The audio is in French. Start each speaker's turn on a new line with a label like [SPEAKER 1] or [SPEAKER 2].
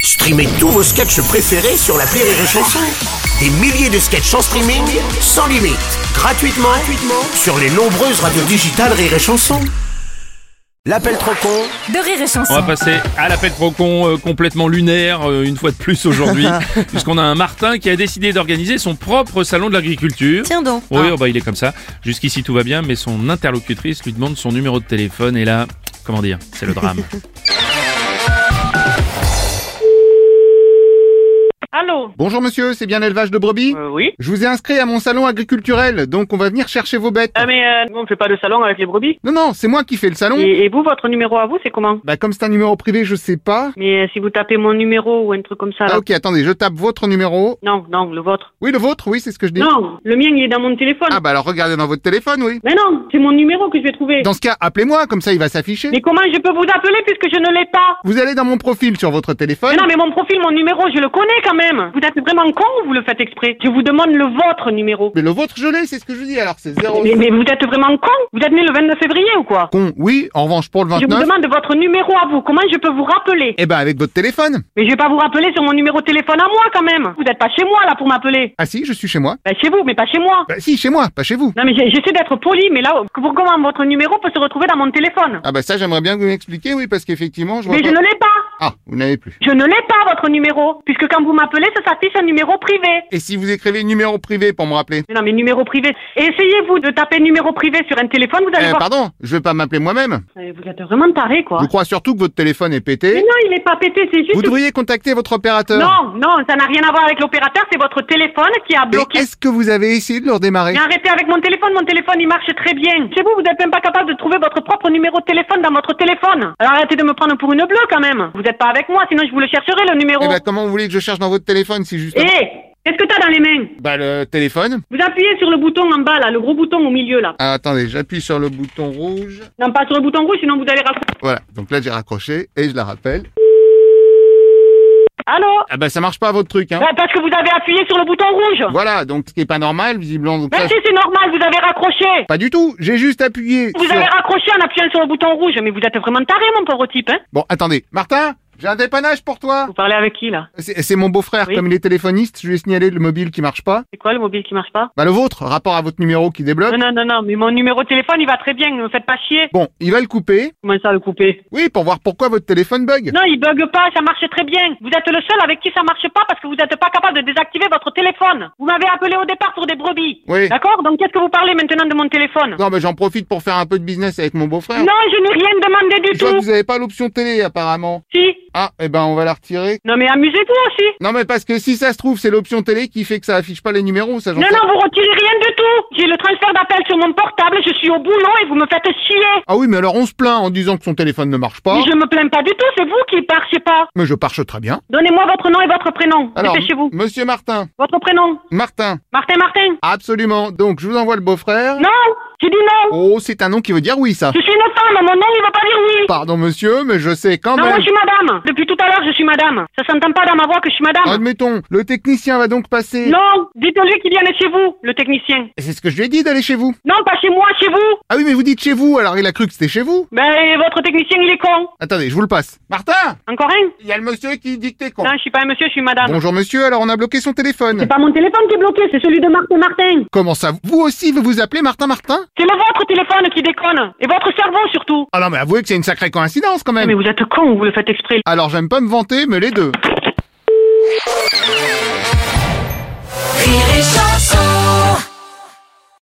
[SPEAKER 1] Streamez tous vos sketchs préférés sur la Rire et Chanson. Des milliers de sketchs en streaming, sans limite, gratuitement, gratuitement sur les nombreuses radios digitales Rire et Chanson. L'appel trop con
[SPEAKER 2] de rire et chanson.
[SPEAKER 3] On va passer à l'appel trop con euh, complètement lunaire euh, une fois de plus aujourd'hui puisqu'on a un Martin qui a décidé d'organiser son propre salon de l'agriculture.
[SPEAKER 2] Tiens donc. Ah.
[SPEAKER 3] Oui, oh bah il est comme ça. Jusqu'ici tout va bien mais son interlocutrice lui demande son numéro de téléphone et là, comment dire, c'est le drame.
[SPEAKER 4] Allô
[SPEAKER 5] Bonjour monsieur, c'est bien l'élevage de brebis
[SPEAKER 4] euh, Oui.
[SPEAKER 5] Je vous ai inscrit à mon salon agriculturel, donc on va venir chercher vos bêtes.
[SPEAKER 4] Ah mais euh, on ne fait pas de salon avec les brebis.
[SPEAKER 5] Non, non, c'est moi qui fais le salon.
[SPEAKER 4] Et, et vous, votre numéro à vous, c'est comment
[SPEAKER 5] Bah comme c'est un numéro privé, je sais pas.
[SPEAKER 4] Mais euh, si vous tapez mon numéro ou un truc comme ça... là-
[SPEAKER 5] Ah ok, attendez, je tape votre numéro.
[SPEAKER 4] Non, non, le vôtre.
[SPEAKER 5] Oui, le vôtre, oui, c'est ce que je dis.
[SPEAKER 4] Non, le mien, il est dans mon téléphone.
[SPEAKER 5] Ah bah alors regardez dans votre téléphone, oui.
[SPEAKER 4] Mais non, c'est mon numéro que je vais trouver.
[SPEAKER 5] Dans ce cas, appelez-moi, comme ça il va s'afficher.
[SPEAKER 4] Mais comment je peux vous appeler puisque je ne l'ai pas
[SPEAKER 5] Vous allez dans mon profil sur votre téléphone.
[SPEAKER 4] mais non, mais mon profil, mon numéro, je le connais quand même. Vous êtes vraiment con ou vous le faites exprès Je vous demande le vôtre numéro.
[SPEAKER 5] Mais le vôtre, je l'ai, c'est ce que je dis, alors c'est zéro.
[SPEAKER 4] Mais, mais vous êtes vraiment con Vous êtes né le 29 février ou quoi
[SPEAKER 5] Con, oui, en revanche pour le
[SPEAKER 4] Je vous
[SPEAKER 5] 29,
[SPEAKER 4] demande votre numéro à vous. Comment je peux vous rappeler
[SPEAKER 5] eh bah avec votre téléphone.
[SPEAKER 4] Mais je vais pas vous rappeler sur mon numéro de téléphone à moi quand même. Vous n'êtes pas chez moi là pour m'appeler.
[SPEAKER 5] Ah si, je suis chez moi.
[SPEAKER 4] Ben, chez vous, mais pas chez moi.
[SPEAKER 5] Bah si, chez moi, pas chez vous.
[SPEAKER 4] Non mais j'ai- j'essaie d'être poli, mais là, pour comment votre numéro peut se retrouver dans mon téléphone
[SPEAKER 5] Ah bah ça, j'aimerais bien que vous m'expliquiez, oui, parce qu'effectivement, je vois
[SPEAKER 4] Mais je
[SPEAKER 5] pas-
[SPEAKER 4] ne l'ai pas.
[SPEAKER 5] Ah, vous n'avez plus.
[SPEAKER 4] Je ne l'ai pas votre numéro, puisque quand vous m'appelez, ça s'affiche un numéro privé.
[SPEAKER 5] Et si vous écrivez numéro privé pour me rappeler
[SPEAKER 4] Mais non mais numéro privé. Essayez-vous de taper numéro privé sur un téléphone, vous allez
[SPEAKER 5] Eh,
[SPEAKER 4] voir.
[SPEAKER 5] pardon, je vais pas m'appeler moi-même.
[SPEAKER 4] Euh, Vous êtes vraiment taré quoi.
[SPEAKER 5] Je crois surtout que votre téléphone est
[SPEAKER 4] Mais
[SPEAKER 5] pété.
[SPEAKER 4] non, il est pas pété, c'est juste.
[SPEAKER 5] Vous devriez contacter votre opérateur.
[SPEAKER 4] Non, non, ça n'a rien à voir avec l'opérateur, c'est votre téléphone qui a
[SPEAKER 5] Mais
[SPEAKER 4] bloqué.
[SPEAKER 5] est-ce que vous avez essayé de le redémarrer
[SPEAKER 4] Mais arrêtez avec mon téléphone, mon téléphone il marche très bien. Chez vous, vous n'êtes même pas capable de trouver votre propre numéro de téléphone dans votre téléphone. Alors arrêtez de me prendre pour une bleue quand même. Vous n'êtes pas avec moi, sinon je vous le chercherai le numéro.
[SPEAKER 5] Eh ben, comment vous voulez que je cherche dans votre téléphone si
[SPEAKER 4] Eh,
[SPEAKER 5] justement...
[SPEAKER 4] qu'est-ce que t'as dans les mains
[SPEAKER 5] Bah, le téléphone.
[SPEAKER 4] Vous appuyez sur le bouton en bas là, le gros bouton au milieu là.
[SPEAKER 5] Ah, attendez, j'appuie sur le bouton rouge.
[SPEAKER 4] Non, pas sur le bouton rouge, sinon vous allez raccrocher.
[SPEAKER 5] Voilà, donc là, j'ai raccroché et je la rappelle.
[SPEAKER 4] Allô
[SPEAKER 5] Ah bah, ça marche pas votre truc, hein
[SPEAKER 4] Bah, Parce que vous avez appuyé sur le bouton rouge.
[SPEAKER 5] Voilà, donc ce qui est pas normal, visiblement... Donc,
[SPEAKER 4] Mais
[SPEAKER 5] ça,
[SPEAKER 4] si, c'est normal, vous avez raccroché.
[SPEAKER 5] Pas du tout, j'ai juste appuyé
[SPEAKER 4] Vous
[SPEAKER 5] sur...
[SPEAKER 4] avez raccroché en appuyant sur le bouton rouge, mais vous êtes vraiment taré, mon pauvre type, hein
[SPEAKER 5] Bon, attendez, Martin j'ai un dépannage pour toi
[SPEAKER 4] Vous parlez avec qui, là
[SPEAKER 5] C'est c'est mon beau-frère,
[SPEAKER 4] Oui.
[SPEAKER 5] comme il est téléphoniste, je lui ai signalé le mobile qui marche pas.
[SPEAKER 4] C'est quoi, le mobile qui marche pas
[SPEAKER 5] Bah le vôtre, rapport à votre numéro qui débloque.
[SPEAKER 4] Non, non, non, non, mais mon numéro de téléphone, il va très bien, ne me faites pas chier.
[SPEAKER 5] Bon, il va le couper.
[SPEAKER 4] Comment ça, le couper
[SPEAKER 5] Oui, pour voir pourquoi votre téléphone bug.
[SPEAKER 4] Non, il bug pas, ça marche très bien. Vous êtes le seul avec qui ça marche pas parce que vous n'êtes pas capable de désactiver votre téléphone. Vous m'avez appelé au départ pour des brebis.
[SPEAKER 5] Oui.
[SPEAKER 4] D'accord Donc qu'est-ce que vous parlez maintenant de mon téléphone
[SPEAKER 5] Non, mais j'en profite pour faire un peu de business avec mon beau-frère.
[SPEAKER 4] Non, je n'ai rien demandé du
[SPEAKER 5] Je vois que
[SPEAKER 4] tout.
[SPEAKER 5] vous avez pas l'option télé, apparemment.
[SPEAKER 4] Si.
[SPEAKER 5] Ah, eh ben, on va la retirer.
[SPEAKER 4] Non, mais amusez-vous aussi.
[SPEAKER 5] Non, mais parce que si ça se trouve, c'est l'option télé qui fait que ça affiche pas les numéros, ça j'en
[SPEAKER 4] Non,
[SPEAKER 5] sais-
[SPEAKER 4] non, vous retirez rien du tout. J'ai le transfert d'appel sur mon portable, je suis au boulot et vous me faites chier.
[SPEAKER 5] Ah oui, mais alors on se plaint en disant que son téléphone ne marche pas.
[SPEAKER 4] Mais je me plains pas du tout, c'est vous qui marchez pas.
[SPEAKER 5] Mais je parche très bien.
[SPEAKER 4] Donnez-moi votre nom et votre prénom.
[SPEAKER 5] Alors,
[SPEAKER 4] Dépêchez-vous.
[SPEAKER 5] monsieur Martin.
[SPEAKER 4] Votre prénom.
[SPEAKER 5] Martin.
[SPEAKER 4] Martin, Martin.
[SPEAKER 5] Absolument. Donc, je vous envoie le beau-frère.
[SPEAKER 4] Non, j'ai dit non.
[SPEAKER 5] Oh, c'est un nom qui veut dire oui, ça.
[SPEAKER 4] Je suis une femme, mon nom il va pas dire oui.
[SPEAKER 5] Pardon, monsieur, mais je sais quand
[SPEAKER 4] Non, moi
[SPEAKER 5] même.
[SPEAKER 4] je suis madame. Depuis tout à l'heure, je suis madame. Ça s'entend pas dans ma voix que je suis
[SPEAKER 5] Ah,
[SPEAKER 4] madame.
[SPEAKER 5] Admettons, le technicien va donc passer.
[SPEAKER 4] Non, dites-lui qu'il vienne chez vous, le technicien.
[SPEAKER 5] C'est ce que je lui ai dit d'aller chez vous.
[SPEAKER 4] Non, pas chez moi, chez vous.
[SPEAKER 5] Ah oui, mais vous dites chez vous, alors il a cru que c'était chez vous.
[SPEAKER 4] Ben, votre technicien, il est con.
[SPEAKER 5] Attendez, je vous le passe. Martin
[SPEAKER 4] Encore un
[SPEAKER 5] Il y a le monsieur qui dit que t'es con.
[SPEAKER 4] Non, je suis pas un monsieur, je suis madame.
[SPEAKER 5] Bonjour monsieur, alors on a bloqué son téléphone.
[SPEAKER 4] C'est pas mon téléphone qui est bloqué, c'est celui de Martin Martin.
[SPEAKER 5] Comment ça Vous aussi, vous vous appelez Martin Martin
[SPEAKER 4] C'est le vôtre téléphone qui déconne. Et votre cerveau surtout.
[SPEAKER 5] Ah non, mais avouez que c'est une sacrée coïncidence quand même.
[SPEAKER 4] Mais vous êtes con, vous le faites exprès.
[SPEAKER 5] Alors j'aime pas me vanter, mais les deux.